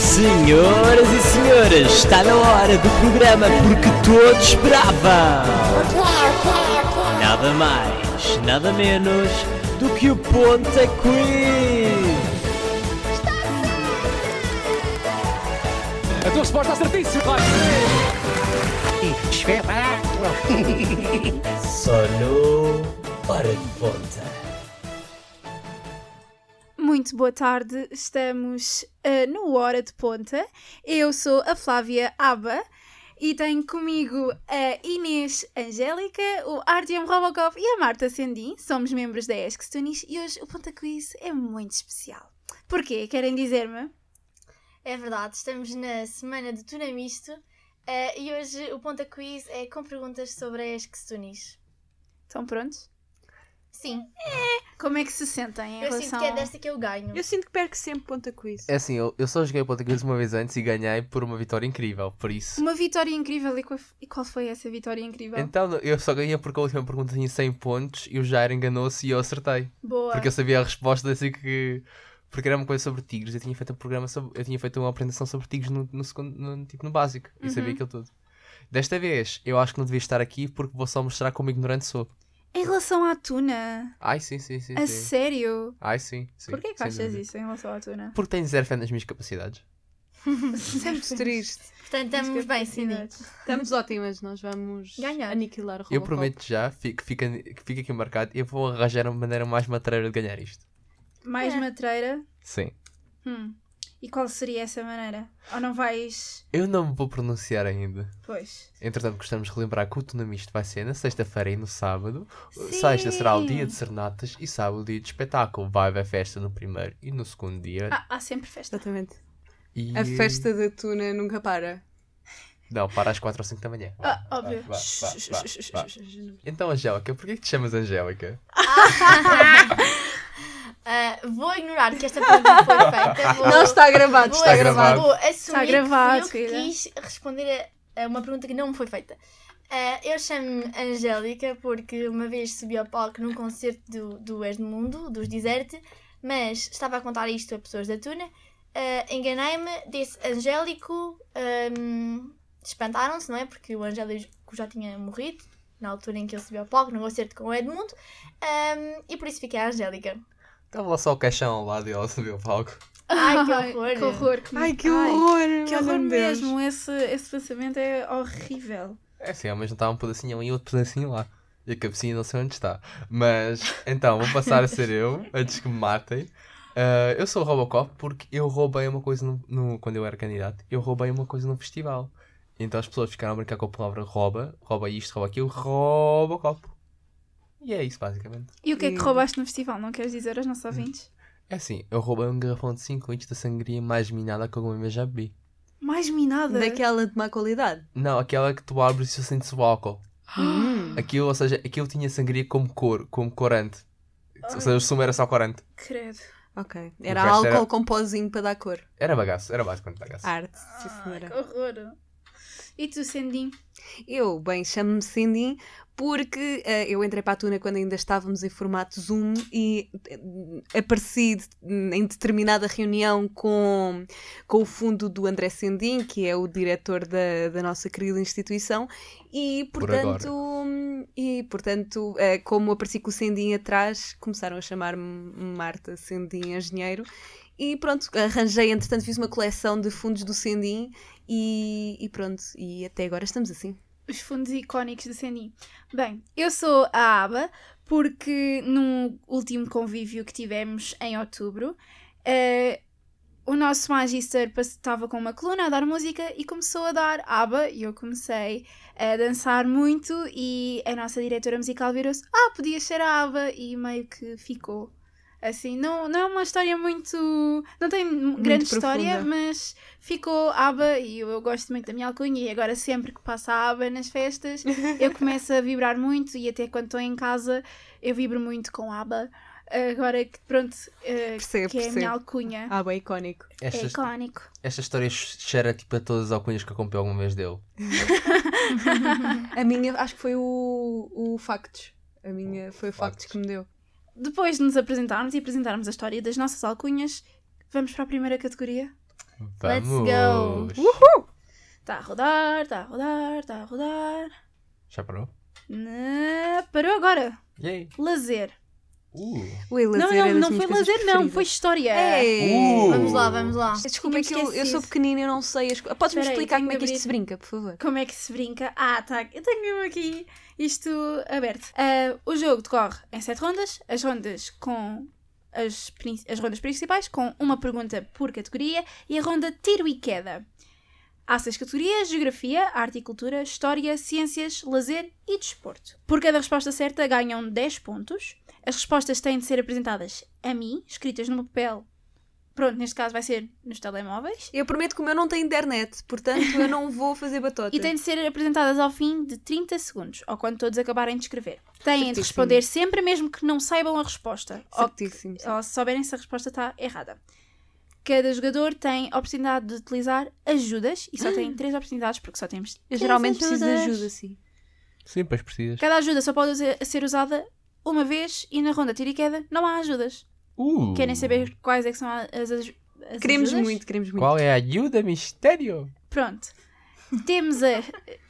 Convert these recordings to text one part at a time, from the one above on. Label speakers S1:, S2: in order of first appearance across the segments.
S1: Senhoras e senhores, está na hora do programa porque todos esperavam. Nada mais, nada menos do que o Ponta Quiz.
S2: A tua resposta está certíssima. Vai.
S1: Só no Hora de Ponta.
S3: Muito boa tarde, estamos ah, no Hora de Ponta. Eu sou a Flávia Aba e tenho comigo a Inês Angélica, o Artyom Robokov e a Marta Sendim. Somos membros da ESC Tunis e hoje o Ponta Quiz é muito especial. Porquê? Querem dizer-me?
S4: É verdade, estamos na semana do Tuna Misto eh, e hoje o Ponta Quiz é com perguntas sobre as que se tunis.
S3: Estão prontos?
S4: Sim,
S3: Como é que se sentem em
S4: eu
S3: relação
S4: sinto que é desta que eu ganho.
S5: Eu sinto que perco sempre ponta quiz.
S6: É assim, eu, eu só joguei o Ponta Quiz uma vez antes e ganhei por uma vitória incrível, por isso.
S3: Uma vitória incrível. E qual- E qual foi essa vitória incrível?
S6: Então eu só ganhei porque a última pergunta tinha 100 pontos e o Jair enganou-se e eu acertei.
S3: Boa.
S6: Porque eu sabia a resposta, assim que. Porque era uma coisa sobre tigres, eu tinha feito um programa sobre- eu tinha feito uma apresentação sobre tigres no, no segundo, no- tipo no básico e
S3: Uhum.
S6: sabia aquilo tudo. Desta vez, eu acho que não devia estar aqui porque vou só mostrar como ignorante sou.
S3: Em relação à tuna,
S6: Ai sim, sim, sim.
S3: a
S6: sim.
S3: sério?
S6: Ai sim. sim
S3: Porquê que
S6: sem
S3: achas
S6: dúvida.
S3: isso em relação à tuna?
S6: Porque tenho zero fé nas minhas capacidades.
S5: Estamos tristes.
S4: Portanto, estamos
S3: é
S4: bem, Cindy.
S5: Estamos ótimas, nós vamos
S4: Ganhar.
S5: aniquilar o Robocop.
S6: Eu prometo já, fi- que fica, que fica aqui marcado, eu vou arranjar uma maneira mais matreira de ganhar isto.
S3: Mais
S4: É.
S3: matreira?
S6: Sim.
S3: Hum. E qual seria essa maneira? Ou não vais.
S6: Eu não me vou pronunciar ainda.
S3: Pois.
S6: Entretanto, gostamos de relembrar que o Tunamisto vai ser na sexta-feira e no sábado. Sexta será o dia de serenatas e sábado o dia de espetáculo. Vai haver festa no primeiro e no segundo dia.
S3: Ah, há sempre festa.
S5: Exatamente.
S6: e...
S5: A festa da tuna nunca para.
S6: Não, para às quatro ou cinco da manhã.
S3: Ah, óbvio.
S6: Vá, vá, vá, vá. Então, Angélica, porquê que te chamas Angélica?
S4: Ah, vou ignorar que esta pergunta foi feita. Vou,
S5: Não está gravado,
S4: vou-
S5: está
S6: Está gravado.
S5: gravado.
S4: Vou assumir é que fui
S3: gravado,
S4: eu que
S3: querida.
S4: quis responder a, a uma pergunta que não me foi feita. Ah, eu chamo-me Angélica porque uma vez subi ao palco num concerto do, do Edmundo, dos Deserte, mas estava a contar isto a pessoas da Tuna. Ah, Enganei-me, disse Angélico. ahm, Espantaram-se, não é? Porque o Angélico já tinha morrido na altura em que eu subi ao palco num concerto com o Edmundo. ahm, e por isso fiquei a Angélica.
S6: Estava lá só o caixão ao lado e ela subiu ao palco.
S4: Ai, que
S3: Ai,
S4: horror.
S3: Que horror. que-
S5: Ai, que
S3: ai,
S5: horror!
S3: que
S5: meu
S3: horror
S5: Deus.
S3: mesmo. Esse, esse pensamento é horrível.
S6: É sim, ao mesmo estava um pedacinho ali e outro pedacinho lá. E a cabecinha não sei onde está. Mas, então, vou passar a ser eu, antes que me matem. Ah, eu sou o Robocop porque eu roubei uma coisa no, no- quando eu era candidato. Eu roubei uma coisa num festival. Então as pessoas ficaram a brincar com a palavra rouba, rouba isto, rouba aquilo, Robocop. E é isso, basicamente.
S3: E o que é que
S5: E-
S3: roubaste no festival? Não queres dizer aos nossos
S5: Hum.
S3: ouvintes?
S6: É assim, eu roubei um garrafão de 5 litros da sangria mais minada que alguma vez já bebi.
S3: Mais minada.
S5: Daquela de má qualidade.
S6: Não, aquela que tu abres e só sentes o álcool.
S5: Hum.
S6: Aquilo, ou seja, aquilo tinha sangria como cor, como corante. Ou seja, o sumo era só corante.
S3: Credo.
S5: Ok.
S6: O
S5: Era
S6: resto
S5: álcool
S6: era-
S5: com pozinho para dar cor.
S6: Era bagaço, era basicamente bagaço.
S3: Ah,
S5: Arte, sim
S3: Ai, que
S5: senhora.
S3: horror. E tu, Sendim?
S5: Eu, bem, chamo-me Cindy porque eh, eu entrei para a Tuna quando ainda estávamos em formato Zoom e eh, apareci de- em determinada reunião com, com o fundo do André Sendim, que é o diretor da, da nossa querida instituição, e
S6: Por
S5: portanto, hum, e, portanto eh, como apareci com o Sendim atrás, começaram a chamar-me Marta Sendim Engenheiro. E pronto, arranjei, entretanto, fiz uma coleção de fundos do Sendim e, e pronto, e até agora estamos assim.
S3: os fundos icónicos do Sandy. Bem, eu sou a Aba, porque no último convívio que tivemos em outubro, eh, o nosso magister pas- estava com uma coluna a dar música e começou a dar Aba, e eu comecei a dançar muito, e a nossa diretora musical virou-se, ah, podia ser a Aba, e meio que ficou. Assim, não, não é uma história muito. Não tem grande história,
S5: profunda.
S3: mas ficou aba e eu, eu gosto muito da minha alcunha e agora sempre que passa a aba nas festas eu começo a vibrar muito e até quando estou em casa eu vibro muito com aba agora que pronto eh,
S5: Percebo,
S3: que é a
S5: percebo.
S3: minha alcunha
S5: Ah, bem icónico.
S3: é
S6: Esta,
S3: icónico
S6: esta história cheira tipo a todas as alcunhas que eu comprei alguma vez dele.
S5: A minha, acho que foi o, o Factos. A
S6: Oh,
S5: minha foi o Factos
S6: Factos.
S5: que me deu.
S3: depois de nos apresentarmos e apresentarmos a história das nossas alcunhas vamos para a primeira categoria Let's go.
S6: Vamos.
S3: Está Tá a rodar, está a rodar, está a rodar.
S6: Já parou?
S3: Né, Parou agora.
S6: Yay.
S3: Lazer.
S6: Uh.
S5: Ui, lazer
S3: não,
S5: é
S3: não,
S5: das
S3: não
S5: minhas
S3: foi lazer,
S5: coisas
S3: não.
S5: preferidas. É,
S3: Foi história.
S5: Ei!
S6: Uh.
S4: Vamos lá, vamos lá.
S5: Desculpa, é que eu,
S3: Tínhamos
S5: eu sou
S3: esquecido.
S5: pequenina e não sei. as co- Podes-me
S3: Espera aí,
S5: explicar
S3: tenho
S5: como é que
S3: de abrir.
S5: isto se brinca, por favor?
S3: Como é que se brinca? Ah, tá. Eu tenho mesmo aqui isto aberto. Ah, o jogo decorre em sete rondas. As rondas com as, prin- as rondas principais, com uma pergunta por categoria e a ronda tiro e queda. Há seis categorias: geografia, arte e cultura, história, ciências, lazer e desporto. Por cada resposta certa ganham 10 pontos. As respostas têm de ser apresentadas a mim, escritas no papel. Pronto, neste caso vai ser nos telemóveis.
S5: Eu prometo que o meu não tem internet, portanto eu não vou fazer batota.
S3: E têm de ser apresentadas ao fim de 30 segundos, ou quando todos acabarem de escrever. Têm de
S5: Certíssimo.
S3: responder sempre, mesmo que não saibam a resposta, ou,
S5: Certíssimo.
S3: ou se souberem se a resposta está errada. Cada jogador tem a oportunidade de utilizar ajudas, e só tem três oportunidades, porque só temos
S5: Eu
S3: três
S5: Ah. geralmente preciso de
S3: ajudas.
S5: ajuda, sim.
S6: Sim, pois precisas.
S3: Cada ajuda só pode ser- ser usada uma vez, e na ronda tiro e queda não há ajudas.
S6: Uh.
S3: Querem saber quais é que são as, as, aju- as
S5: Queremos
S3: ajudas?
S5: muito, queremos muito.
S6: Qual é a ajuda mistério?
S3: Pronto. Temos a.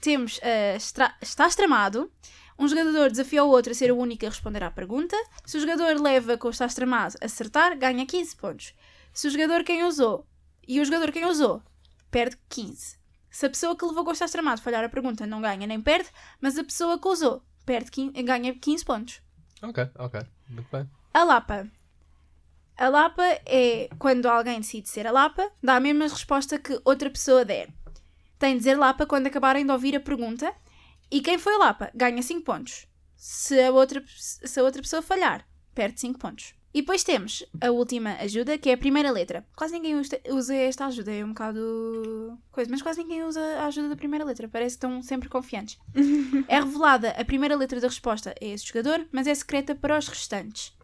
S3: Temos a estra- estás tramado. Um jogador desafia o outro a ser o único a responder à pergunta. Se o jogador leva com o estás tramado a acertar, ganha 15 pontos. Se o jogador quem usou e o jogador quem usou perde 15. Se a pessoa que levou com o estás tramado falhar a pergunta, não ganha nem perde, mas a pessoa que usou perde quin- ganha 15 pontos.
S6: Ok, ok. Muito bem.
S3: A Lapa. A Lapa é quando alguém decide ser a Lapa, dá a mesma resposta que outra pessoa der. Tem de dizer Lapa quando acabarem de ouvir a pergunta. E quem foi a Lapa ganha 5 pontos. Se a, outra, se a outra pessoa falhar, perde 5 pontos. E depois temos a última ajuda, que é a primeira letra. Quase ninguém usta- usa esta ajuda, é um bocado coisa, mas quase ninguém usa a ajuda da primeira letra, parece que estão sempre confiantes. é revelada a primeira letra da resposta a esse jogador, mas é secreta para os restantes.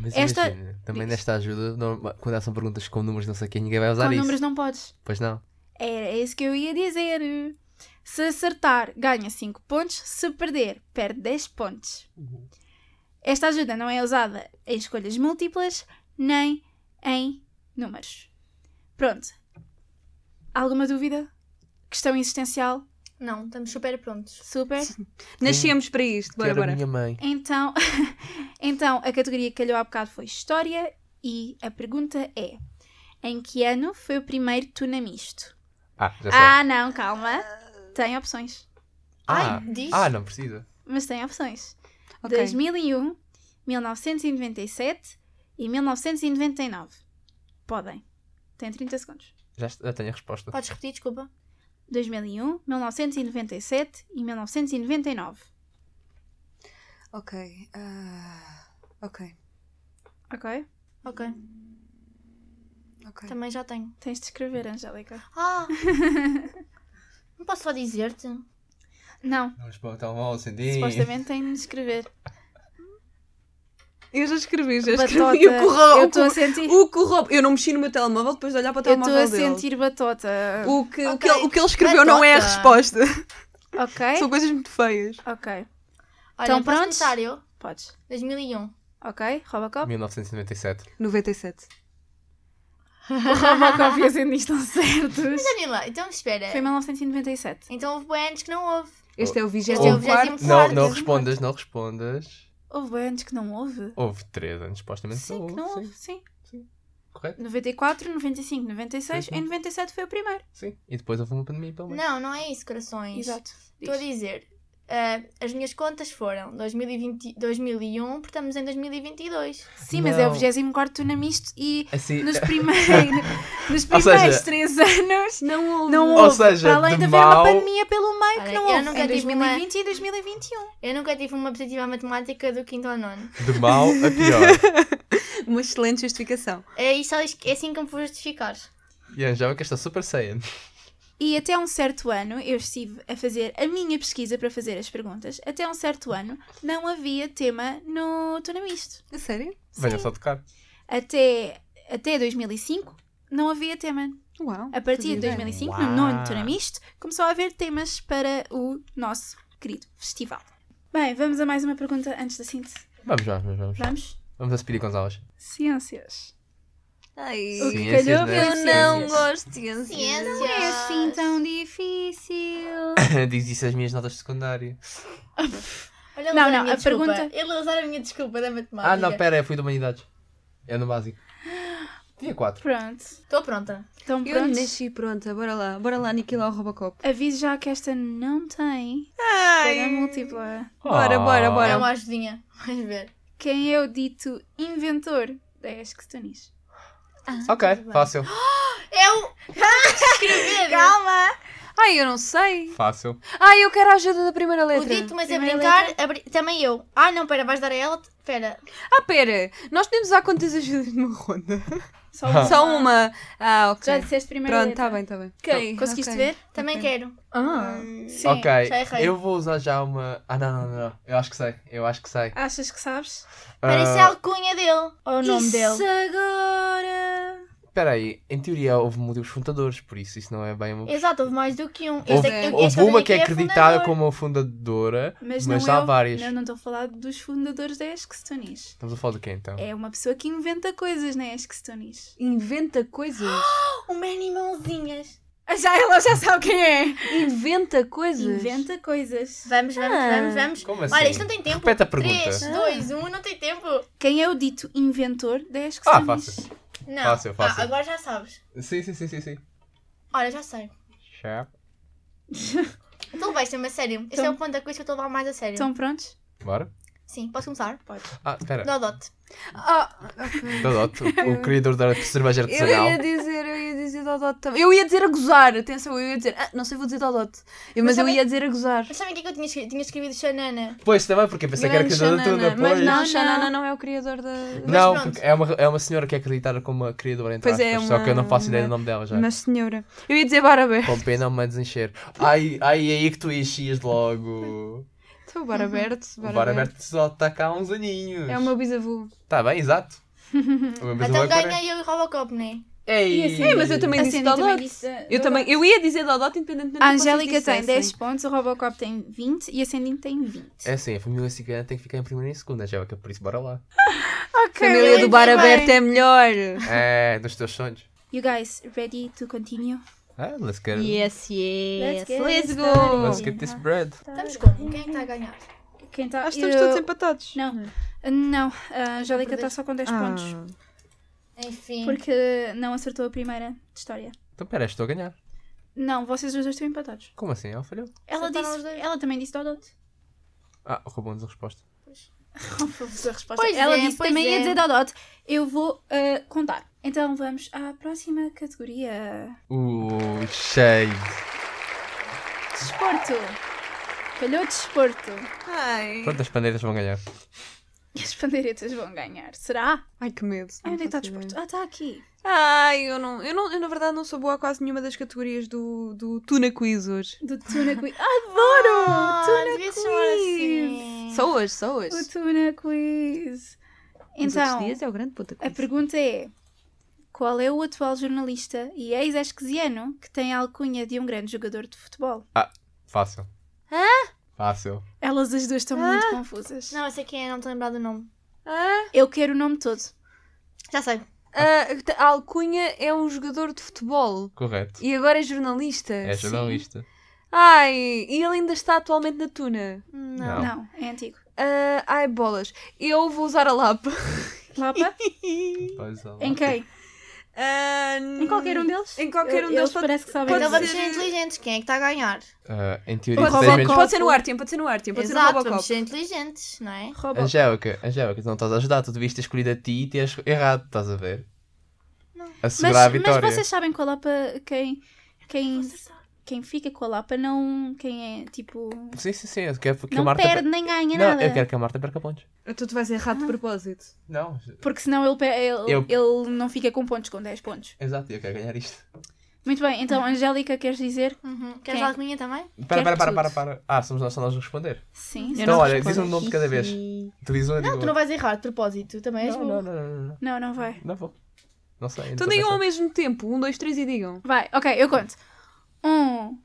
S6: Mas
S3: Esta-
S6: imagina, também
S3: Diz.
S6: nesta ajuda, norma- quando são perguntas com números não sei quem, ninguém vai usar
S3: Com
S6: isso.
S3: números não podes.
S6: Pois não.
S3: Era isso que eu ia dizer. Se acertar, ganha 5 pontos. Se perder, perde 10 pontos. Esta ajuda não é usada em escolhas múltiplas nem em números. Pronto. Alguma dúvida? Questão existencial?
S4: Não, estamos super prontos.
S3: Super.
S5: Nascemos para isto, bora,
S6: Quero a
S5: bora.
S6: é minha mãe.
S3: Então, então a categoria que calhou há bocado foi História e a pergunta é: Em que ano foi o primeiro Tuna Misto?
S6: Ah, já sei.
S3: Ah, não, calma. Tem opções.
S6: ah,
S4: ai, diz.
S6: ah, não precisa.
S3: mas tem opções.
S5: Ok.
S3: 2001, 1997 e 1999. Podem. Tem 30 segundos.
S6: Já, est- já tenho a resposta.
S4: Podes repetir, desculpa.
S3: 2001, 1997 e 1999.
S5: Ok. ah, ok.
S3: Ok?
S4: Ok,
S5: Ok.
S4: também já tenho.
S3: Tens de escrever, Angélica.
S4: Ah! não posso só dizer-te?
S3: Não,
S6: Não estão mal acendidos.
S3: supostamente tem de escrever.
S5: Eu já escrevi, já
S3: Batota,
S5: escrevi. O corro-
S3: eu
S5: o
S3: estou a
S5: corro-
S3: sentir.
S5: O corro- Eu não mexi no meu telemóvel depois de olhar para o
S3: Eu estou
S5: telemóvel
S3: a
S5: dele.
S3: sentir batota.
S5: O que, o,
S4: Ok.
S5: que ele, o que ele escreveu não é a
S4: Batota.
S5: resposta. São
S3: Ok?
S5: coisas muito feias.
S3: Ok.
S4: Olha,
S3: Estão
S4: então, posso
S3: prontos?
S4: começar eu?
S3: Podes.
S4: 2001.
S3: Ok? Robocop?
S6: 1997.
S5: 97.
S3: O Robocop e os Indies estão certos.
S4: Mas olhem lá, então espera.
S3: Foi 1997.
S4: Então houve bem anos que não houve.
S5: Este é o
S4: Este é o
S5: 24.
S6: Houve-
S4: 24.
S6: Não, não respondas, não respondas.
S3: Houve bem antes que não houve?
S6: Houve 3 anos, supostamente.
S3: Sim, que não houve, sim.
S6: Correto?
S3: 94, 95, 96. Em 97 foi o primeiro.
S6: Sim. E depois houve uma pandemia, pelo menos.
S4: Não, não é isso, corações.
S3: Exato.
S4: Estou a dizer. ah, as minhas contas foram 2020, 2001, porque estamos em 2022.
S3: Sim, mas é o
S6: Não.
S3: 24 turno misto e
S6: Assim,
S3: nos primeiros, nos
S6: Ou seja-
S3: primeiros 3 anos
S5: Não houve.
S3: não
S6: Ou
S3: houve.
S6: seja,
S3: para além de
S6: de
S3: haver uma
S6: mau-
S3: pandemia pelo meio que
S4: Olha,
S3: não
S4: eu
S3: houve
S4: nunca
S3: em
S4: tive uma-
S3: 2020 e 2021.
S4: Eu nunca tive uma positiva matemática do quinto ao nono.
S6: de mal a pior.
S5: Uma excelente justificação.
S4: É, isso, é assim que eu me vou justificar.
S6: E a Angélica está super saiyan.
S3: E até um certo ano, eu estive a fazer a minha pesquisa para fazer as perguntas, até um certo ano não havia tema no turno misto.
S5: A sério?
S6: Venha só tocar.
S3: Até, até 2005 não havia tema
S5: Uau.
S3: A partir de
S5: fazia ideia.
S3: 2005,
S6: Uau.
S3: no nono Turamiste, começou a haver temas para o nosso querido festival. Bem, vamos a mais uma pergunta antes da síntese.
S6: Vamos, vamos, vamos.
S3: Vamos?
S6: Vamos a Speedy Gonzalez.
S3: Ciências.
S5: Ai,
S3: O que
S6: Ciências,
S3: calhou
S6: né?
S3: foi
S5: eu não
S3: ciências.
S5: gosto de ciências.
S4: Ciências.
S3: Não é assim tão difícil.
S6: Diz isso às minhas notas de secundária.
S4: Olha,
S3: Não,
S4: não,
S3: não,
S4: a minha
S3: a
S4: desculpa.
S3: pergunta-
S4: Ele usar a minha desculpa da matemática.
S6: Ah, não, pera, eu fui de humanidades. É no básico. Tinha 4.
S3: Pronto.
S4: Estou pronta.
S3: Estão
S5: Eu
S3: prontos?
S5: nasci pronta, bora lá, bora lá aniquilar o Robocop.
S3: Aviso já que esta não tem. Ai.
S5: Ai.
S3: múltipla.
S5: Bora, bora,
S4: É
S5: bora.
S4: uma ajudinha. Vais ver.
S3: Quem é o dito inventor da Esquetonis?
S6: Ah. Ok,
S4: Tudo bem.
S6: fácil.
S4: Eu! Escrever!
S5: Calma! Ai, eu não sei.
S6: Fácil.
S5: Ai, eu quero a ajuda da primeira
S4: O
S5: letra.
S4: dito, mas a
S3: Primeira
S4: brincar, a brin- também eu. Ah, não, pera, vais dar a ela? Pera.
S5: Ah, pera, nós podemos usar quantas ajudas numa ronda?
S3: Só uma.
S5: Só uma. Ah, ok.
S3: Já disseste primeiro.
S5: Pronto, tá bem, tá bem.
S3: Ok. Conseguiste
S5: Ok.
S3: ver?
S4: Também quero.
S3: Ah. Sim.
S6: ok,
S4: já errei.
S6: eu vou usar já uma. Ah, não, não, não, não. Eu acho que sei. Eu acho que sei.
S3: Achas que sabes?
S4: Pera, isso é
S6: Ah,
S4: a alcunha dele. Ou o nome dele.
S3: agora.
S6: Espera aí, em teoria houve múltiplos fundadores, por isso isso não é bem uma.
S4: Exato, houve mais do que um. Este
S6: Houve,
S4: é- este
S6: houve
S4: eu tenho
S6: uma que é
S4: aqui
S6: acreditada
S4: fundador.
S6: como a fundadora,
S3: Mas,
S6: mas,
S3: não
S6: há
S3: é o-
S6: várias.
S3: Não, não estou a falar dos fundadores da Esquetonis.
S6: Estamos a falar de quem então?
S3: É uma pessoa que inventa coisas na Esquetonis.
S5: Inventa coisas.
S4: Uma animalzinhas.
S3: Ah, Já ela já sabe quem é.
S5: Inventa coisas.
S3: Inventa coisas.
S4: Vamos, vamos,
S5: Ah.
S4: vamos, vamos.
S6: Como assim?
S4: Olha, isto não tem tempo.
S6: Repete a pergunta.
S4: 3, 2, 1, não tem tempo.
S3: Quem é o dito inventor da Esquetonis?
S6: Ah, fácil.
S4: Não.
S6: Fácil, fácil.
S4: Ah, agora já sabes.
S6: Sim, sim, sim, sim, sim.
S4: Olha, já sei.
S6: Já.
S4: Tu levaste-me a sério. Este
S3: Então-
S4: é o ponto da coisa que eu estou a levar mais a sério.
S3: Estão prontos?
S6: Bora?
S4: Sim, posso começar?
S6: Ah, espera.
S4: Dodote.
S5: Ah,
S6: Dodote, o, o criador da cerveja
S5: eu
S6: artesanal.
S5: ia dizer, eu ia dizer Dodote também. Eu ia dizer a gozar, atenção, eu ia dizer. Ah, não sei, vou dizer Dodote. Eu- Mas,
S4: Mas
S5: eu
S4: também-
S5: ia dizer a gozar.
S4: Mas sabem o que é que eu tinha, escri- tinha escrevido Xanana?
S6: Pois também, porque pensei que era
S5: Grande
S6: criador da
S5: Xanana.
S6: tuna,
S5: Mas
S6: pois.
S5: não,
S3: Não,
S5: Xanana
S3: não.
S5: não é o criador da.
S6: Não,
S4: pronto.
S6: porque é uma, é uma senhora que é acreditada como a criadora, entre
S5: Pois é,
S6: aspas,
S5: uma-
S6: só que eu não faço ideia
S5: uma-
S6: do nome dela já.
S5: Mas senhora. Eu ia dizer Barabé.
S6: Com pena uma desencher. Ai, ai, é aí que tu enchias logo.
S5: Então, Baraberto.
S6: O bar aberto só está cá há uns aninhos.
S5: É o meu bisavô.
S6: Tá bem, exato. O meu bisavô
S4: Então
S6: agora-
S4: ganhei eu e Robocop, não é?
S6: Ei.
S3: assim,
S5: É, mas eu também
S3: A
S5: disse
S3: Sandy também
S5: Dodote.
S3: disse, eh,
S5: Eu também. Eu ia dizer Dodote independentemente
S3: A
S5: do que vocês
S3: Angélica tem
S5: dissessem.
S3: 10 pontos, o Robocop tem 20 e a Sandy tem 20.
S6: É assim, a família cigana tem que ficar em primeira e em segunda, já é que por isso bora lá.
S3: Ok,
S5: Família do Bar Aberto é melhor.
S6: É, dos teus sonhos.
S3: You guys, ready to continue?
S6: Ah, let's get,
S5: Yes, yes.
S3: Let's get
S5: assim, é Let's
S3: it
S5: go.
S6: let's get this bread.
S4: Estamos como? Quem é que está a ganhar?
S3: Quem tá? está?
S5: Acho que Ah, estamos todos empatados. Ah.
S3: Não, Ah, não, a Angélica está só com 10 pontos. Ah.
S4: Enfim.
S3: Porque não acertou a primeira de história.
S6: Então pera, estou a ganhar.
S3: Não, vocês os dois estão empatados.
S6: Como assim? Ela falhou?
S3: Ela,
S4: Acertaram
S3: disse,
S4: os dois.
S3: ela também disse Dodote.
S6: Ah, roubou-nos a resposta.
S3: a resposta.
S4: Pois
S3: ela
S4: é,
S3: disse
S4: pois
S3: também
S4: é.
S3: ia dizer Dodote. Eu vou ah, contar. Então vamos à próxima categoria.
S6: Uh, cheio.
S3: Desporto. Calhou desporto.
S5: Ai.
S6: Pronto, as pandeiras vão ganhar.
S3: E as pandeiretas vão ganhar. Será?
S5: Ai, que medo.
S3: Ai, onde é que está
S5: faço ideia.
S3: desporto? Ah, está aqui.
S5: Ai, eu não, eu não, eu na verdade não sou boa a quase nenhuma das categorias do, do Tuna Quiz hoje.
S3: Do Tuna Quiz. Adoro!
S4: Ah, devia se chamar assim.
S5: É. Só hoje, só hoje.
S3: O Tuna Quiz.
S5: Nos
S3: Então,
S5: outros dias é o grande puta
S3: a
S5: quiz.
S3: pergunta é: qual é o atual jornalista e ex-esquesiano que tem a alcunha de um grande jogador de futebol?
S6: Fácil. Fácil.
S3: Elas as duas estão muito confusas.
S4: Não, eu sei quem é, não estou a lembrar do nome.
S5: Ah,
S3: Eu quero o nome todo.
S4: Já sei.
S5: ah, a Alcunha é um jogador de futebol
S6: Correto.
S5: e agora é jornalista.
S6: É jornalista.
S5: Ai, e ele ainda está atualmente na Tuna.
S6: Não.
S3: Não, é antigo.
S5: Ah, ai, bolas. Eu vou usar a Lapa.
S3: Lapa?
S6: Pois é.
S3: em quem?
S5: Ah,
S3: Em qualquer um deles?
S5: Em qualquer um
S3: Eles
S5: deles. Pode,
S3: parece que sabem.
S5: pode
S4: Então
S3: todos.
S4: vamos
S5: ser-
S4: ser inteligentes. Quem é que está a ganhar?
S6: Ah, em teoria,
S3: O
S6: tu tens menos...
S3: Robocop.
S5: pode ser no Artem, pode ser no Artem, pode ser no
S4: Exato, vamos
S5: Robocop.
S4: ser inteligentes, não é?
S3: Robocop.
S6: Angélica, Angélica, tu não estás a ajudar. Tu devias ter escolhido a ti e teres errado, estás a ver?
S4: Não.
S6: Assegurar
S3: Mas,
S6: a vitória.
S3: mas vocês sabem com a Lapa quem, quem, quem fica com a Lapa não. Quem é tipo.
S6: Sim, sim, sim. Eu quero que a
S3: não
S6: Marta...
S3: perde nem ganha
S6: não,
S3: nada.
S6: eu quero que a Marta perca pontos.
S5: Então tu vais errar de propósito.
S6: Não,
S3: Porque senão ele, pe- ele,
S6: Eu-
S3: ele não fica com pontos, com 10 pontos.
S6: exato, eu quero ganhar isto.
S3: Muito bem, então
S5: Uhum.
S3: Angélica, queres dizer?
S4: Uhum.
S3: Quem?
S5: é
S4: Queres a alcunha também?
S6: Para, para, para,
S3: tudo.
S6: para, para. Ah, somos nós só nós a responder.
S3: Sim, sim.
S5: Eu
S6: então,
S5: não
S6: olha, diz
S5: respondo.
S6: um nome de cada vez. Tu diz um, eu digo
S4: Não, tu
S6: outro.
S4: não vais errar de propósito. Também és
S6: não,
S4: burro.
S6: não, não, não, não.
S3: Não, não vai.
S6: Não vou. Não sei. ainda
S5: Então
S6: estou a
S5: digam ao
S6: pensar.
S5: mesmo tempo. Um, dois, três e digam.
S3: Vai, ok, eu conto. Um,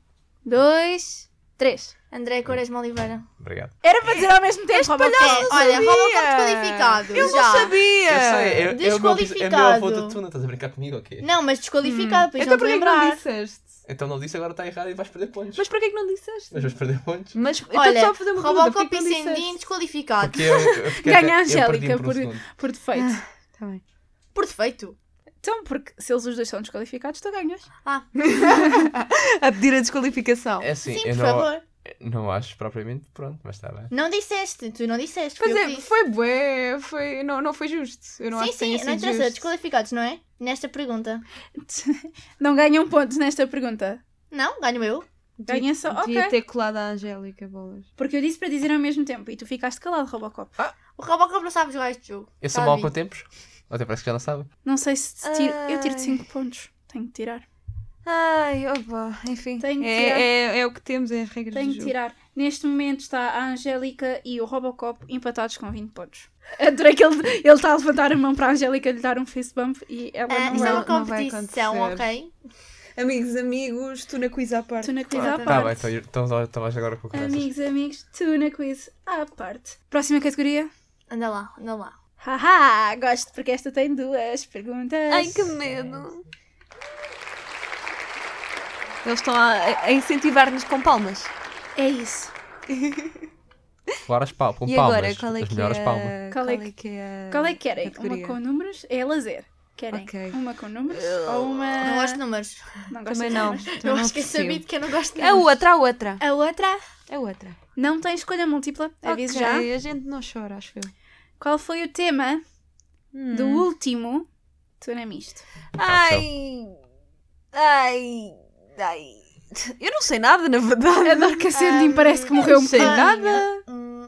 S3: dois, Três.
S4: André Quaresma Oliveira.
S6: Obrigado.
S3: Era para dizer ao mesmo tempo, Robocop.
S4: É, olha,
S5: sabia.
S4: Robocop desqualificado.
S5: Eu
S4: já.
S5: não sabia!
S6: Eu sei, é, é o meu, é o meu avô de
S4: Desqualificado.
S6: tuna, estás a brincar comigo ou quê?
S4: Não, mas desqualificado, pois
S5: Então
S4: não te
S5: porquê que não
S4: lembrar.
S5: disseste?
S6: Então não disse, agora está errado e vais perder pontos.
S5: Mas porquê que não disseste?
S6: Mas vais perder pontos.
S5: Mas eu estou só
S4: Olha,
S5: a fazer uma pergunta, porquê
S4: Robocop
S5: que
S4: e
S5: não
S4: Sendin
S5: disseste?
S4: desqualificado.
S6: Porque eu, eu fiquei
S3: Ganha
S6: até-
S3: a
S6: eu perdi
S3: Angélica
S6: por um
S3: por,
S6: segundo.
S3: por defeito.
S5: Tá bem.
S4: Por defeito.
S3: Então, porque se eles os dois são desqualificados, tu ganhas.
S5: A pedir a desqualificação.
S6: É assim,
S4: Sim,
S6: eu
S4: por
S6: não,
S4: favor.
S6: não acho propriamente pronto, mas está bem.
S4: Não disseste, tu não disseste.
S5: Pois
S4: fui eu
S5: é,
S4: que disse.
S5: foi bué, foi, não, não foi justo. Eu não acho
S4: Sim,
S5: que tenha
S4: sim, não
S5: sido
S4: interessa,
S5: justo.
S4: desqualificados, não é? Nesta pergunta.
S3: Não ganham pontos nesta pergunta.
S4: Não, ganho eu.
S3: Ganha só.
S5: Devia
S3: Ok.
S5: ter colado a Angélica, bolas.
S3: Porque eu disse para dizer ao mesmo tempo e tu ficaste calado, Robocop.
S4: O Robocop não sabe jogar este jogo.
S6: Eu sou
S4: Sabe?
S6: mau com tempos. Até parece que já não sabe.
S3: Não sei se te tiro. Eu tiro
S5: Ai.
S3: 5 pontos. Tenho que tirar.
S5: Ai, opa, enfim.
S3: Tenho que
S5: é,
S3: tirar.
S5: é, é o que temos, é as regras
S3: Tenho
S5: do
S3: que
S5: jogo.
S3: tirar. Neste momento está a Angélica e o Robocop empatados com 20 pontos. Adorei que ele, ele está a levantar a mão para a Angélica lhe dar um face bump e ela
S4: Ah,
S3: não
S4: isto é
S5: vai-
S4: uma
S3: vai.
S5: não vai
S4: competição, ok?
S5: Amigos, amigos, tu na quiz à parte.
S3: Tu na quiz à
S4: Tá
S6: Está bem,
S3: parte.
S6: então, então, então, vais agora com o que
S3: Amigos, amigos, tu na quiz à parte. Próxima categoria?
S4: Anda lá, anda lá.
S3: Haha, gosto porque esta tem duas perguntas.
S5: Ai, que medo. Eles estão a, a incentivar-nos com palmas.
S3: É isso.
S6: Agora as palmas, com
S5: e
S6: palmas.
S5: agora, qual é
S6: as
S5: que
S6: melhores
S5: é a-
S6: palmas.
S3: Qual é que-
S5: é a
S3: Qual é que querem?
S5: categoria?
S3: Uma com números? É lazer. Querem
S5: Ok.
S3: uma com números ou uma.
S4: Não gosto de números.
S3: Não gosto
S5: Também
S3: de
S5: não.
S3: números.
S5: também
S4: Eu
S5: Ah, não
S4: acho que é
S5: percebo.
S4: sabido que eu não gosto de
S5: A
S4: números.
S5: outra, a outra.
S3: A É outra
S5: A outra.
S3: não tem escolha múltipla, aviso
S5: Ok,
S3: já.
S5: A gente não chora, acho eu.
S3: Qual foi o tema do
S5: Hum.
S3: último Tuna Misto?
S5: Ai. Ai. Ai. Eu não sei nada, na É verdade.
S3: Adoro que a Sandy
S4: Ahm,
S3: parece que morreu um
S5: sei
S3: bocadinho.
S5: nada.
S4: Hum,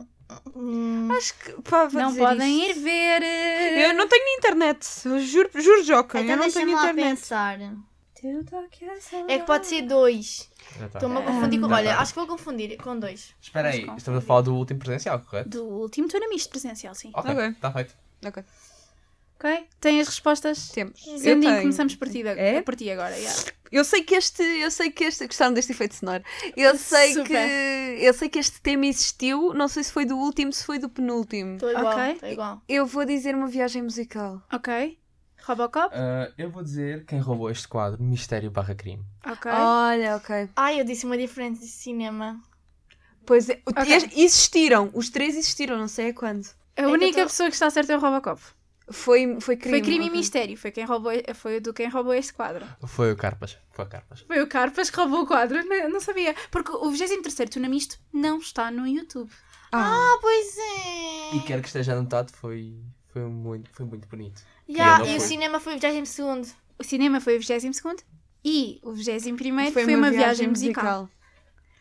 S4: hum,
S5: Acho que. Pá, vou
S3: Não
S5: dizer
S3: podem
S5: isto.
S3: ir ver. eh,
S5: Eu não tenho internet. Eu juro, juro Joca.
S4: Então
S5: eu não tenho
S4: deixa-me lá
S5: internet.
S4: pensar.
S3: Teu toque é saudade.
S4: É que pode ser dois.
S6: Já tá.
S4: Estou-me a confundir com.
S6: Tá,
S4: Olha,
S6: tá.
S4: acho que vou confundir com dois.
S6: Espera aí,
S3: Mas
S6: estamos a falar do último presencial, correto?
S3: Do último Tuna Misto presencial, sim.
S6: Ok,
S5: Ok.
S6: está feito.
S5: Ok.
S3: Ok? Tem as respostas?
S5: Temos. Eu,
S3: Sandy,
S5: tenho.
S3: começamos por ti, agora-
S5: É?
S3: por ti agora. yeah.
S5: eu sei que este. Eu sei que este. Gostaram deste efeito sonoro. Eu sei
S3: Super.
S5: que. Eu sei que este tema existiu. Não sei se foi do último, se foi do penúltimo.
S4: Estou igual,
S3: Ok.
S4: estou igual.
S5: Eu vou dizer uma viagem musical.
S3: Ok. Robocop?
S6: Ah, eu vou dizer quem roubou este quadro, mistério barra crime.
S4: Ah.
S3: Ok.
S5: Oh, Olha, ok.
S4: Ai, eu disse uma diferença de cinema.
S5: Pois é.
S3: Ok.
S5: es- Existiram. Os três existiram, não sei a quando.
S3: A
S4: que
S3: única
S4: eu tô-
S3: pessoa que está certa é o Robocop.
S5: Foi, foi crime.
S3: Foi crime e
S5: ok.
S3: mistério. Foi, quem roubou, foi do quem roubou este quadro.
S6: Foi o Carpas. Foi o Carpas.
S3: Foi o Carpas que roubou o quadro. né, Não, não sabia. Porque o 23 Tuna Misto não está no YouTube.
S5: Ah,
S4: Ah, pois é.
S6: E quero que esteja anotado, foi, foi, um muito, foi muito bonito.
S4: Ya,
S6: E eu não
S4: e o
S6: fui.
S4: cinema foi o 22
S3: O cinema foi o 22 e o 21 foi, foi uma viagem musical.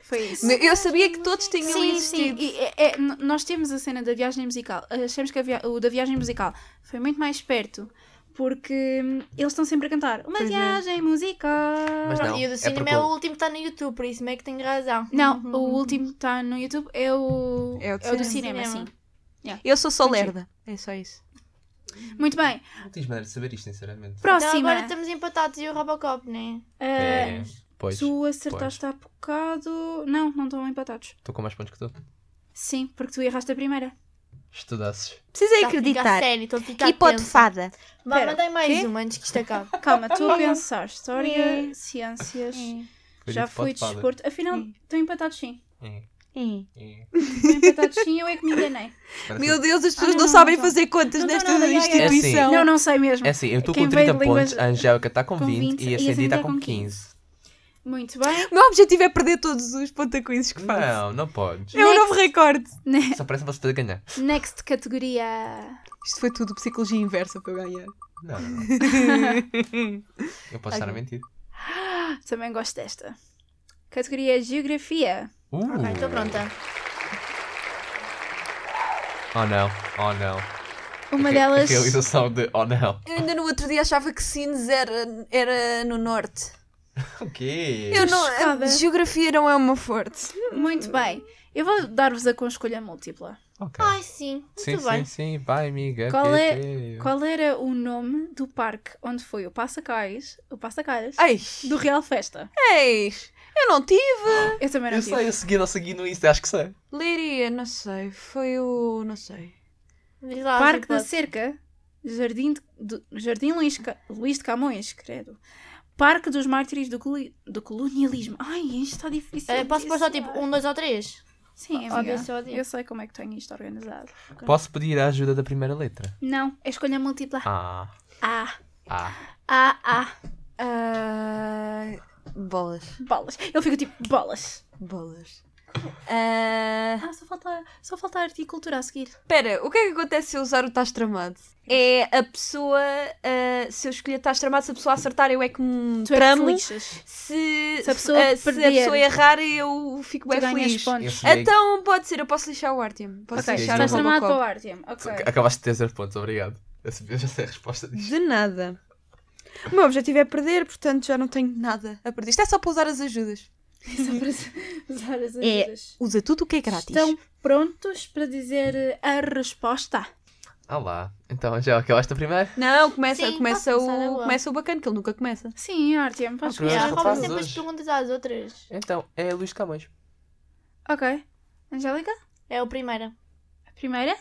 S3: Foi isso.
S5: Mas Eu sabia que todos tinham
S3: Sim, sim.
S5: existido.
S3: E é- é- n- nós temos a cena da viagem musical. Achamos que a via- o da viagem musical foi muito mais perto. Porque hum, eles estão sempre a cantar uma
S5: Pois é.
S3: viagem musical.
S6: Mas não,
S4: E o do
S6: é
S4: cinema
S6: porque
S4: é, o
S6: eu-
S4: último que está no YouTube, por isso meio que tenho razão. Uhum.
S3: Não, o último que está no YouTube é o,
S5: É o de
S3: do
S4: cinema.
S3: cinema,
S4: Cinema.
S3: sim.
S5: Eu sou só lerda. É só isso.
S3: Muito bem,
S6: Não tens maneira de saber isto, sinceramente.
S4: Então
S3: próxima.
S4: agora estamos empatados e o Robocop, né?
S3: Ah,
S6: É, pois,
S3: tu acertaste há bocado. Não, não estão empatados.
S6: estou com mais pontos que tu.
S3: Sim, porque tu erraste a primeira.
S6: Estudasses.
S5: Precisei Tipo
S4: Está Tá a ficar sério, estou a ficar
S5: E pode
S4: tensa.
S5: fada.
S4: Vá,
S3: Pera,
S4: mandei mais
S3: quê?
S4: uma antes que isto acabe.
S3: Calma, tu a pensar. História, ciências.
S6: Foi
S3: Já
S6: dito
S3: fui
S6: pode fada.
S3: desporto. Afinal,
S5: É. Sim.
S3: estão empatados sim.
S6: É,
S5: Hum.
S6: é.
S3: Estão empatados sim, eu é que me enganei.
S6: Parece-
S5: Meu Deus, as
S3: não,
S5: pessoas Ah, não,
S3: não,
S5: sabem
S3: não.
S5: fazer contas
S3: Não tô
S5: nesta
S3: nada, ai, ai, ai.
S6: É assim.
S5: instituição.
S3: Não, não sei mesmo.
S6: É assim, eu estou
S3: Quem
S6: com
S3: veio
S6: 30
S3: de
S6: pontos,
S3: línguas-
S6: a Angélica está com
S3: com
S6: 20
S3: 20,
S6: e a
S3: e a
S6: Sandy
S3: Sandy
S6: está
S3: tá
S6: com
S3: com
S6: 15.
S3: Muito bem.
S5: O meu objetivo é perder todos os pontacoises que faço.
S6: Não, não podes.
S5: É um novo recorde.
S6: Só parece que você ganhar.
S3: Next categoria.
S5: Isto foi tudo psicologia inversa para eu ganhar.
S6: Não, não, não. Eu posso estar a mentir.
S3: Também gosto desta. Categoria Geografia.
S6: Uh.
S4: Ok,
S3: então
S4: estou pronta.
S6: Oh não, oh não.
S3: Uma
S6: A re-
S3: delas.
S6: A realização de oh não.
S5: Eu ainda no outro dia achava que Sines era, era no norte.
S6: O quê?
S5: Eu não,
S3: chocada.
S5: a geografia não é uma forte.
S3: Muito bem. Eu vou dar-vos a com escolha múltipla.
S6: Ok.
S4: Ai, sim, muito
S6: sim, sim,
S4: bem.
S6: sim. Vai, amiga.
S3: Qual
S6: que-
S3: é-
S6: que-
S3: Qual era o nome do parque onde foi o Passacais, o Passacalhas,
S5: Ai,
S3: do Real Festa?
S5: eis, eu não tive.
S3: Eu também não
S6: Eu
S3: tive.
S6: sei, eu segui, não segui no Insta, acho que sei.
S5: Leiria, não sei, foi o, não sei.
S4: Diz lá,
S3: Parque da
S4: Filipe.
S3: Cerca, Jardim, de, do- Jardim Luís, Ca- Luís de Camões, credo. Parque dos Mártires do, coli- do Colonialismo. Ai, isto está difícil.
S4: Eh, Posso pôr só
S3: disso.
S4: tipo um, dois ou três?
S3: Sim,
S4: Óbvio,
S3: amiga.
S4: só óbvio.
S3: Eu sei como é que tenho isto organizado.
S6: Posso pedir a ajuda da primeira letra?
S3: Não, é escolha múltipla.
S6: Ah,
S3: Ah,
S6: ah.
S3: ah, ah.
S5: Ah, bolas,
S3: Bolas. Ele fica tipo, bolas.
S5: bolas. Ah,
S3: Ah, só falta, só falta a horticultura a seguir.
S5: Espera, o que é que acontece se eu usar o Tás Tramado? É a pessoa. ah, se eu escolher Tás Tramado, se a pessoa acertar, eu é que me
S3: Tu é que
S5: tramo.
S3: lixas.
S5: Se,
S3: Se a pessoa
S5: ah, se a
S3: perder.
S5: pessoa errar, eu fico
S3: Tu
S5: bem
S3: ganhas
S5: é feliz.
S6: Eu
S3: pontos.
S6: cheguei-
S5: Então pode ser, eu posso lixar o Artyom.
S3: Ok,
S5: Posso
S3: então
S5: lixar
S3: estás
S5: o
S3: tramado para o
S5: Robocop.
S3: Artyom. Ok.
S6: Acabaste de ter zero pontos, obrigado. Eu sabia- Eu já sei a resposta disto.
S5: De nada. O meu objetivo é perder, portanto já não tenho nada a perder. Isto é só para usar as ajudas.
S3: Só para usar as
S5: É,
S3: ajudas.
S5: Usa tudo o que é grátis.
S3: Estão prontos para dizer eh, a resposta?
S6: Ah lá. Então, já acabaste a primeira?
S5: Não, começa,
S4: Sim,
S5: começa,
S4: posso começar
S5: o,
S4: agora.
S5: começa o bacana, que ele nunca começa.
S3: Sim, Artyom, podes
S6: Ah, primeiro
S3: começar.
S6: já
S4: Rouba
S6: fazes
S4: sempre as
S6: hoje.
S4: perguntas às outras.
S6: Então, é Luís Camões.
S3: Ok. Angélica?
S4: É a primeira.
S3: A primeira?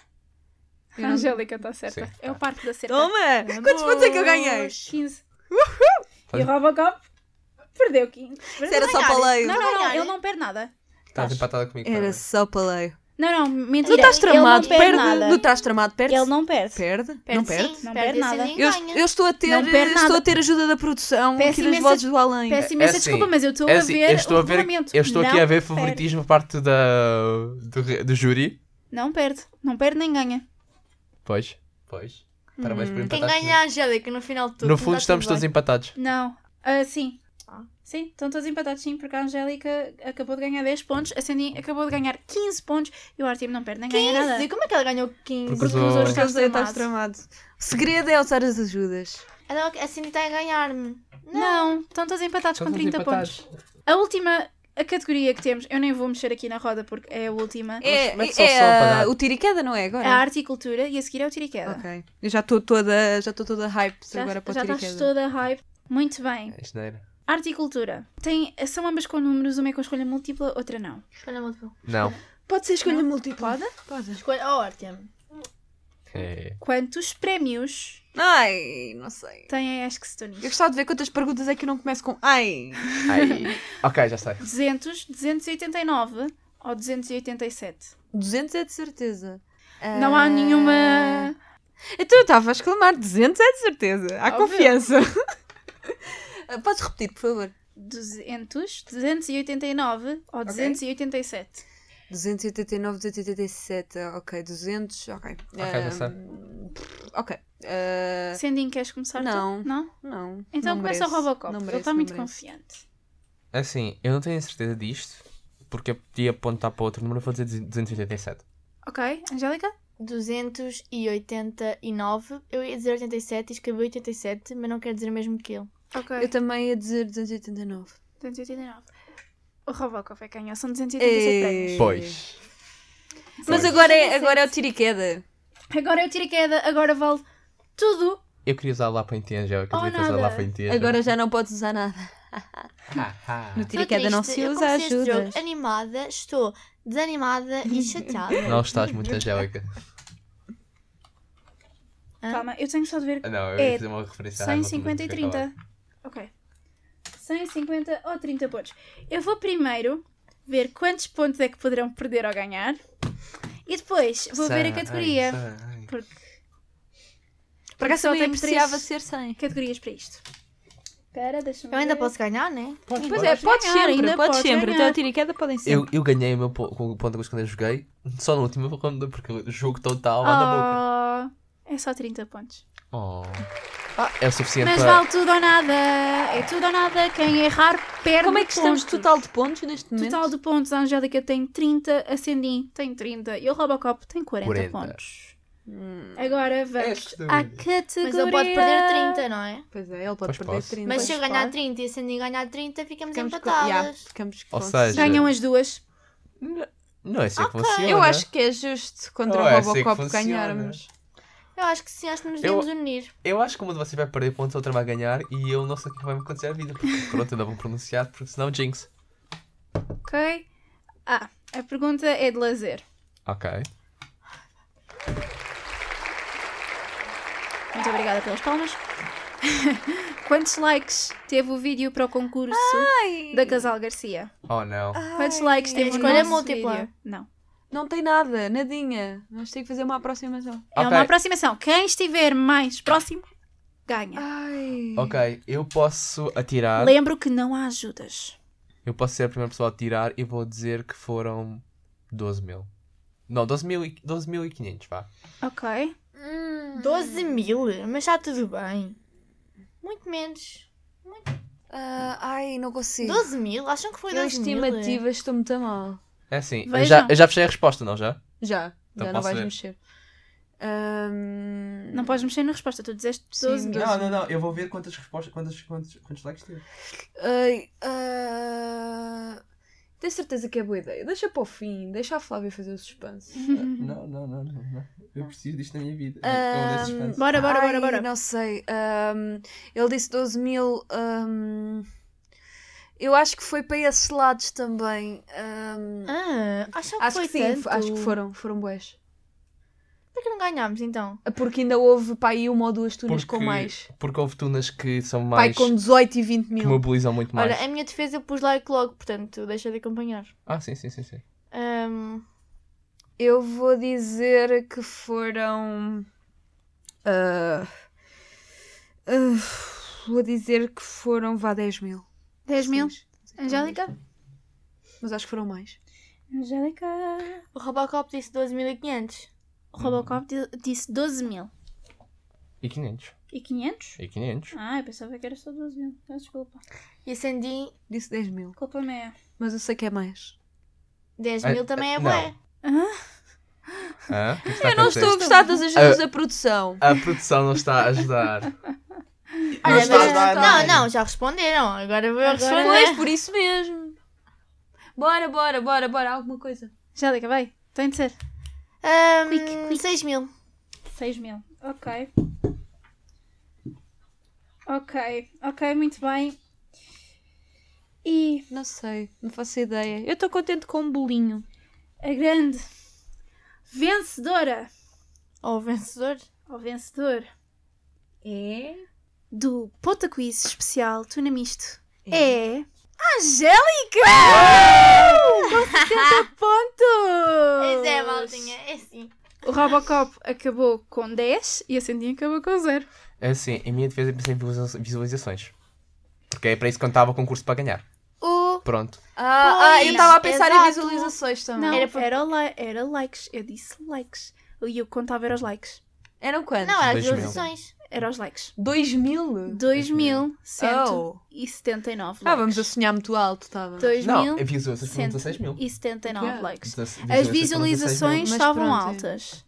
S5: Eu não-
S3: Angélica está certa.
S6: Sim,
S3: É o
S6: tá.
S3: parque da cerca.
S5: Toma! Quantos pontos é que eu ganhei?
S3: 15. E
S6: Faz-
S3: o Robocop perdeu 15.
S5: Se era só paleio.
S3: Não, não, não,
S4: ganhar,
S3: ele
S4: hein?
S3: não perde nada.
S6: Estás empatada comigo.
S5: Era
S6: parabéns.
S5: só paleio.
S3: Não, não, mentira.
S5: No Tás
S4: Ele não
S5: Tramado,
S4: perde
S5: perde.
S3: nada.
S5: No Tás Tramado, perde.
S3: Ele não perde.
S5: Perde?
S4: Perde
S5: Não perde?
S4: sim,
S3: Não perde
S4: assim
S3: nada.
S5: Eu,
S4: ninguém ganha.
S5: eu estou a ter,
S3: Não perde
S5: estou
S3: nada.
S5: a ter ajuda da produção
S3: Peço
S5: aqui das
S3: imensa-
S5: vozes do além.
S3: Peço imensa
S6: assim,
S3: desculpa, mas eu estou
S6: É
S3: a
S6: assim,
S3: ver
S6: eu estou
S3: o
S6: a ver,
S3: regulamento.
S6: eu estou aqui
S3: Não
S6: a ver
S3: perde.
S6: favoritismo por parte da, do, re- do júri.
S3: Não perde. Não perde nem ganha.
S6: Pois, pois. Parabéns
S3: Hum.
S6: por
S4: Quem
S6: empatar.
S4: ganha é a Angélica no final de tudo.
S6: No
S4: não
S6: fundo,
S4: está
S6: estamos
S4: tudo
S6: todos
S4: bem.
S6: empatados.
S3: Não. Ah, sim.
S4: Ah.
S3: Sim, estão todos empatados, sim, porque a Angélica acabou de ganhar 10 pontos, a Sandy acabou de ganhar 15 pontos e o Artem não perde nem ganha nada.
S4: 15? Como é que ela ganhou 15?
S6: Porque-
S3: usou
S6: Porque
S3: os
S5: Porque eu
S3: carros
S5: sei, estás
S3: tramados.
S5: tramado. O segredo é usar as ajudas.
S4: Ela, a Cindy está a ganhar-me.
S3: Não, estão todos empatados com 30 pontos. A última a categoria que temos, eu nem vou mexer aqui na roda porque é a última.
S5: É,
S6: mas mete
S5: é,
S6: só- só para
S5: a-
S6: dar.
S5: o tiro e queda, não é agora?
S3: A arte e cultura e a seguir é o Tiriqueda.
S5: Ok. Eu já estou toda, já estou toda hype
S3: Já,
S5: agora é para o
S3: já
S5: tiro e
S3: estás
S5: queda.
S3: toda hype. Muito bem.
S6: É isto não era.
S3: Arte e cultura. Tem, são ambas com números, uma é com escolha múltipla, outra não.
S4: Escolha múltipla.
S6: Não.
S5: Pode ser escolha múltipla? Pode.
S4: Escolha a Ortiam.
S6: É.
S3: Quantos prémios
S5: Ai, não sei.
S3: têm a
S5: Eu
S3: Esquestoni?
S5: gostava de ver quantas perguntas é que eu não começo com ai.
S6: Ai. ok, já sei.
S3: 200, 289 ou 287?
S5: 200 é de certeza.
S3: Não há
S5: Ah,
S3: nenhuma.
S5: Então eu estava a exclamar 200 é de certeza. Há
S3: Óbvio.
S5: confiança. Podes repetir, por favor?
S3: 200, 289 ou 287?
S5: 289, 287, ok, 200, ok.
S6: já
S5: Ahm,
S6: sei.
S5: pff, ok. Ah,
S3: Sendinho, queres começar? tu?
S5: Não.
S3: Não?
S5: não.
S3: Então
S5: não
S3: começa o
S5: merece,
S3: Robocop.
S5: não
S3: Ele
S5: merece,
S3: está
S5: não
S3: muito
S5: merece.
S3: confiante.
S6: Assim, eu não tenho certeza disto, porque eu podia apontar para outro número, eu vou dizer 287.
S3: Ok, Angélica?
S4: 289. Eu ia dizer 87 e escrevi 87, mas não quero dizer o mesmo que ele.
S3: Ok.
S5: Eu também ia dizer 289.
S3: 289. O Robocop é canhão, são 287 prémios.
S5: Ei.
S6: Pois.
S5: Mas
S6: Pois.
S5: agora é, agora é o tiro e queda.
S3: Agora eu tiro a queda, agora vale tudo.
S6: Eu queria usar lá para Inteja, eu queria
S3: Oh,
S6: usar
S3: nada.
S6: lá para Inteja.
S5: Agora já não podes usar nada. No tiro e
S4: Estou
S5: queda não
S4: triste.
S5: se
S4: Eu
S5: usa
S4: comecei este
S5: é ajudas.
S4: jogo animada, estou desanimada e chateada.
S6: Não estás muito angélica.
S4: Hã?
S3: Calma, eu tenho só de ver.
S6: Ah, Não, eu
S3: É
S6: ia fazer uma referência à
S3: 100,
S6: Hamilton, mas
S3: 50 e
S6: eu acabei.
S3: 30. Ok. 100, 50 ou 30 pontos. Eu vou primeiro ver quantos pontos é que poderão perder ou ganhar. E depois vou ver
S6: Sei,
S3: a categoria.
S6: ai, sei,
S3: Porque
S5: Por acaso
S3: só
S5: também
S3: temos três
S5: apreciava ser 100.
S3: categorias para isto. Espera, deixa-me
S4: Eu ainda
S3: ver.
S4: posso ganhar, né?
S6: ai.
S5: Pois é, podes
S3: ganhar,
S5: sempre,
S3: ainda
S5: podes
S3: podes
S5: sempre.
S3: ganhar.
S5: Até o tiro e queda podem ser.
S6: Eu, eu ganhei o meu po- com o ponto quando eu joguei, só na última ronda, porque o jogo total anda boca.
S3: Oh, é só 30 pontos.
S6: Oh. Ah, é o suficiente
S3: Mas
S6: para.
S3: vale tudo ou nada. É tudo ou nada. Quem errar perde
S5: Como é que estamos
S3: pontos.
S5: total de pontos neste momento?
S3: Total de pontos. A Angélica tem 30. A Sandy tem 30. E o Robocop tem 40,
S6: 40.
S3: pontos. Agora vamos
S6: Este.
S3: à
S4: Hum.
S3: categoria.
S4: Mas ele pode perder 30, não é?
S5: Pois é, ele
S6: Pois
S5: pode perder
S6: posso.
S5: 30.
S4: Mas se eu
S3: Pois
S4: ganhar
S3: pode.
S4: 30 e a Sandy ganhar 30, ficamos
S5: Ficamos com-
S4: empatadas.
S5: yeah, ficamos
S6: Ou
S5: com-
S6: seja-
S3: Ganham as duas.
S6: Não é assim que funciona.
S5: Eu acho que é justo contra
S6: Não
S5: o
S6: é assim que
S5: Robocop
S6: funciona.
S5: ganharmos.
S4: Eu acho que sim, acho que nos
S6: Eu-
S4: devemos unir.
S6: Eu acho que uma de vocês vai perder pontos, a outra vai ganhar e eu não sei o que vai me acontecer à vida. Porque, pronto, eu não vou pronunciar, porque senão jinx.
S3: Ok? Ah, a pergunta é de lazer.
S6: Ok.
S3: Muito obrigada pelas palmas. Quantos likes teve o vídeo para o concurso da Casal Garcia?
S6: Oh não.
S3: Quantos likes teve o
S4: É escolha
S3: nosso
S4: múltipla.
S3: vídeo? Não.
S5: Não tem nada, nadinha. Nós temos que fazer uma aproximação.
S3: É
S6: Ok.
S3: uma aproximação. Quem estiver mais próximo, ganha.
S5: Ai.
S6: Ok, eu posso atirar.
S3: Lembro que não há ajudas.
S6: Eu posso ser a primeira pessoa a tirar e vou dizer que foram 12 mil. Não, 12 mil e 12.500, vá.
S3: Ok.
S4: 12 mil? Mas está tudo bem. Muito menos.
S5: Ah, ai, não consigo.
S4: 12 mil? Acham que foi
S5: Eu
S4: 12 mil?
S5: estimativas estou muito a mal.
S6: É assim, eu
S3: Vejam.
S6: já, eu já fechei a resposta, não já?
S5: Já,
S6: Então
S5: já não
S6: posso
S5: vais
S6: ver.
S5: mexer. Ahm,
S3: Não podes mexer na resposta. Tu dizeste 12
S5: Sim,
S3: mil.
S6: não, não, eu vou ver quantas respostas, quantos, quantos, quantos likes teve.
S5: ai, ah, Tenho certeza que é boa ideia. Deixa para o fim, deixa a Flávia fazer o suspense.
S6: Não, não, não, não, não. Eu preciso disto na minha vida. É um
S5: Ahm,
S3: Bora, bora, bora,
S5: Ai,
S3: bora.
S5: Não sei. ahm, ele disse 12 mil. ahm, eu acho que foi para esses lados também. ahm,
S4: Ah, acham que
S5: acho
S4: foi
S5: que sim,
S4: tanto?
S5: acho que foram, foram boas.
S4: Por que não ganhámos então?
S5: Porque ainda houve para aí uma ou duas turmas com
S6: Porque-
S5: mais.
S6: Porque houve tunas que são
S5: Pai,
S6: mais.
S5: com 18 e 20
S6: que
S5: mil.
S6: mobilizam muito mais.
S4: Olha, a minha defesa eu pus like logo, portanto deixa de acompanhar.
S6: Ah, sim, sim, sim. sim.
S4: Ahm,
S5: Eu vou dizer que foram. ah, ah, vou dizer que foram vá 10 mil. É
S3: 10 mil?
S5: Sim,
S3: Angélica?
S5: Mas acho que foram mais.
S3: Angélica.
S4: o Robocop disse 12.500.
S3: O Robocop di- disse 12 mil.
S6: E 500.
S3: E 500?
S6: E 500.
S3: Ah, eu pensava que era só 12 mil. Peço Desculpa.
S4: E a Sandy,
S5: Disse 10 mil.
S3: Culpa minha.
S5: Mas eu sei que é mais.
S4: 10
S6: Ah,
S4: mil também é
S6: ah,
S4: bué.
S6: Hã? Ah, É O Ah. que está a
S5: Eu não
S6: acontecer?
S5: estou a gostar das ajudas da produção.
S6: A produção não está a ajudar.
S4: Olha,
S5: está
S4: mas-
S5: a dar
S4: não,
S5: nada.
S4: não, já responderam. Agora vou eu
S3: Agora-
S4: responder.
S5: Pois, por isso mesmo. Bora, bora, bora, bora. Alguma coisa.
S3: Angélica, vai. Tem de ser.
S4: Ahm,
S3: Quick, quick.
S4: 6 mil.
S3: 6 mil. Ok. Ok, ok, muito bem. E
S5: Não sei, não faço ideia. Eu estou contente com um bolinho.
S3: a grande vencedora
S4: Ou o vencedor.
S3: ou vencedor
S5: É?
S3: do Ponta Quiz especial Tuna Misto é. Angélica! Com 70
S4: Pois
S3: pontos!
S4: é, maltinha, é sim.
S3: O Robocop acabou com 10 e a Sandinha acabou com 0.
S6: É assim, em minha defesa eu pensei em visualiza- visualizações. Porque é para isso que eu estava o concurso para ganhar.
S4: O
S6: Pronto.
S5: Ah, ah, eu
S4: Pois,
S5: estava a pensar
S4: exato.
S5: em visualizações também.
S3: Não,
S4: Era
S3: era,
S4: por-
S3: li- era likes. Eu disse likes. E eu contava era os likes.
S5: Eram quantos?
S4: Não, era
S6: Dois mil.
S4: visualizações.
S3: Era os likes.
S5: 2 mil?
S3: 2.179
S5: Oh.
S3: likes.
S5: Ah, vamos a sonhar muito alto, estava.
S6: Não, é
S5: assim,
S6: visualizações foram 16 mil.
S3: 2.179
S5: Yeah.
S3: likes.
S6: Dezesse-
S3: As
S6: foram 16 mil.
S3: visualizações
S5: Mas
S3: estavam
S5: pronto, é.
S3: altas.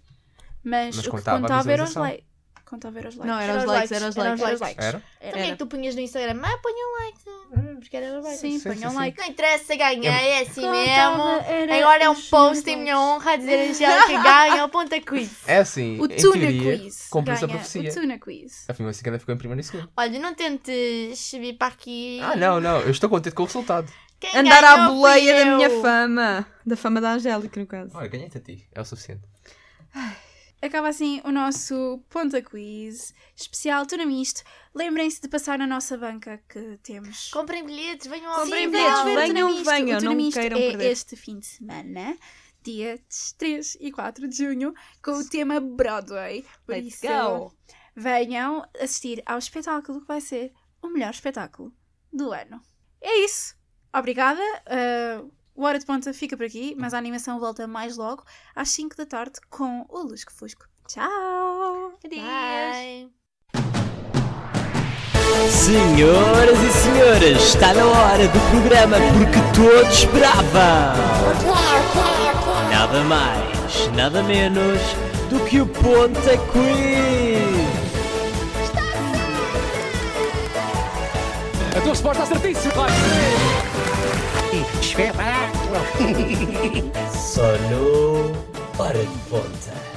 S3: Mas,
S6: Mas
S3: o que
S6: contava a
S3: contava era os
S6: visualização.
S3: likes. Contava era os likes.
S5: Não, eram os likes, eram os likes.
S3: Era os
S6: Era?
S4: Então o que é que tu punhas no Instagram? Ah, põe um like. Hum, Porque era like.
S3: Sim,
S6: sim,
S3: ponham
S6: sim.
S3: like.
S4: Não interessa, ganhei, é assim
S3: Contava,
S4: mesmo.
S3: era
S4: Agora é um
S3: os
S4: post em
S3: meus
S4: minha
S3: likes.
S4: honra a dizer a Angélica que ganha o ponta quiz.
S6: É assim,
S3: O
S6: em
S3: Tuna
S6: teoria,
S3: Quiz.
S6: cumpriu-se a
S3: ganha
S6: profecia.
S3: O Tuna Quiz.
S6: A Afinal, a cigana ficou em primeiro e segundo.
S4: Olha, não tentes vir para aqui.
S3: É.
S6: Ah, não, não, eu estou contente com o resultado.
S4: Quem
S5: Andar à
S4: ganhou fui
S5: boleia da
S4: eu.
S5: minha fama. Da fama da Angélica, no caso.
S6: Olha, ganhei-te a ti, é o suficiente.
S3: Acaba assim o nosso Ponta Quiz especial Tuna Misto. Lembrem-se de passar na nossa banca que temos.
S4: Comprem bilhetes, venham ao
S5: Comprem
S3: Sim,
S5: bilhetes,
S4: Festival.
S3: vamos ver o
S5: venham,
S3: Tunamisto.
S5: venham,
S3: O
S5: não
S3: Tunamisto
S5: queiram
S3: é
S5: perder.
S3: este fim de semana, dias 3 e 4 de junho, com o tema Broadway. Por
S5: Let's
S3: isso,
S5: go.
S3: venham assistir ao espetáculo que vai ser o melhor espetáculo do ano. É isso. Obrigada. Uh, o Hora de Ponta fica por aqui, mas a animação volta mais logo às 5 da tarde com o Lusco Fusco. Tchau!
S4: Bye.
S1: Senhoras e senhores, está na hora do programa porque todos esperavam. Nada mais, nada menos do que o Ponta Quiz.
S2: A tua resposta está certíssima, Vasco.
S7: Schwer war
S1: آره، Só no Hora de Ponta.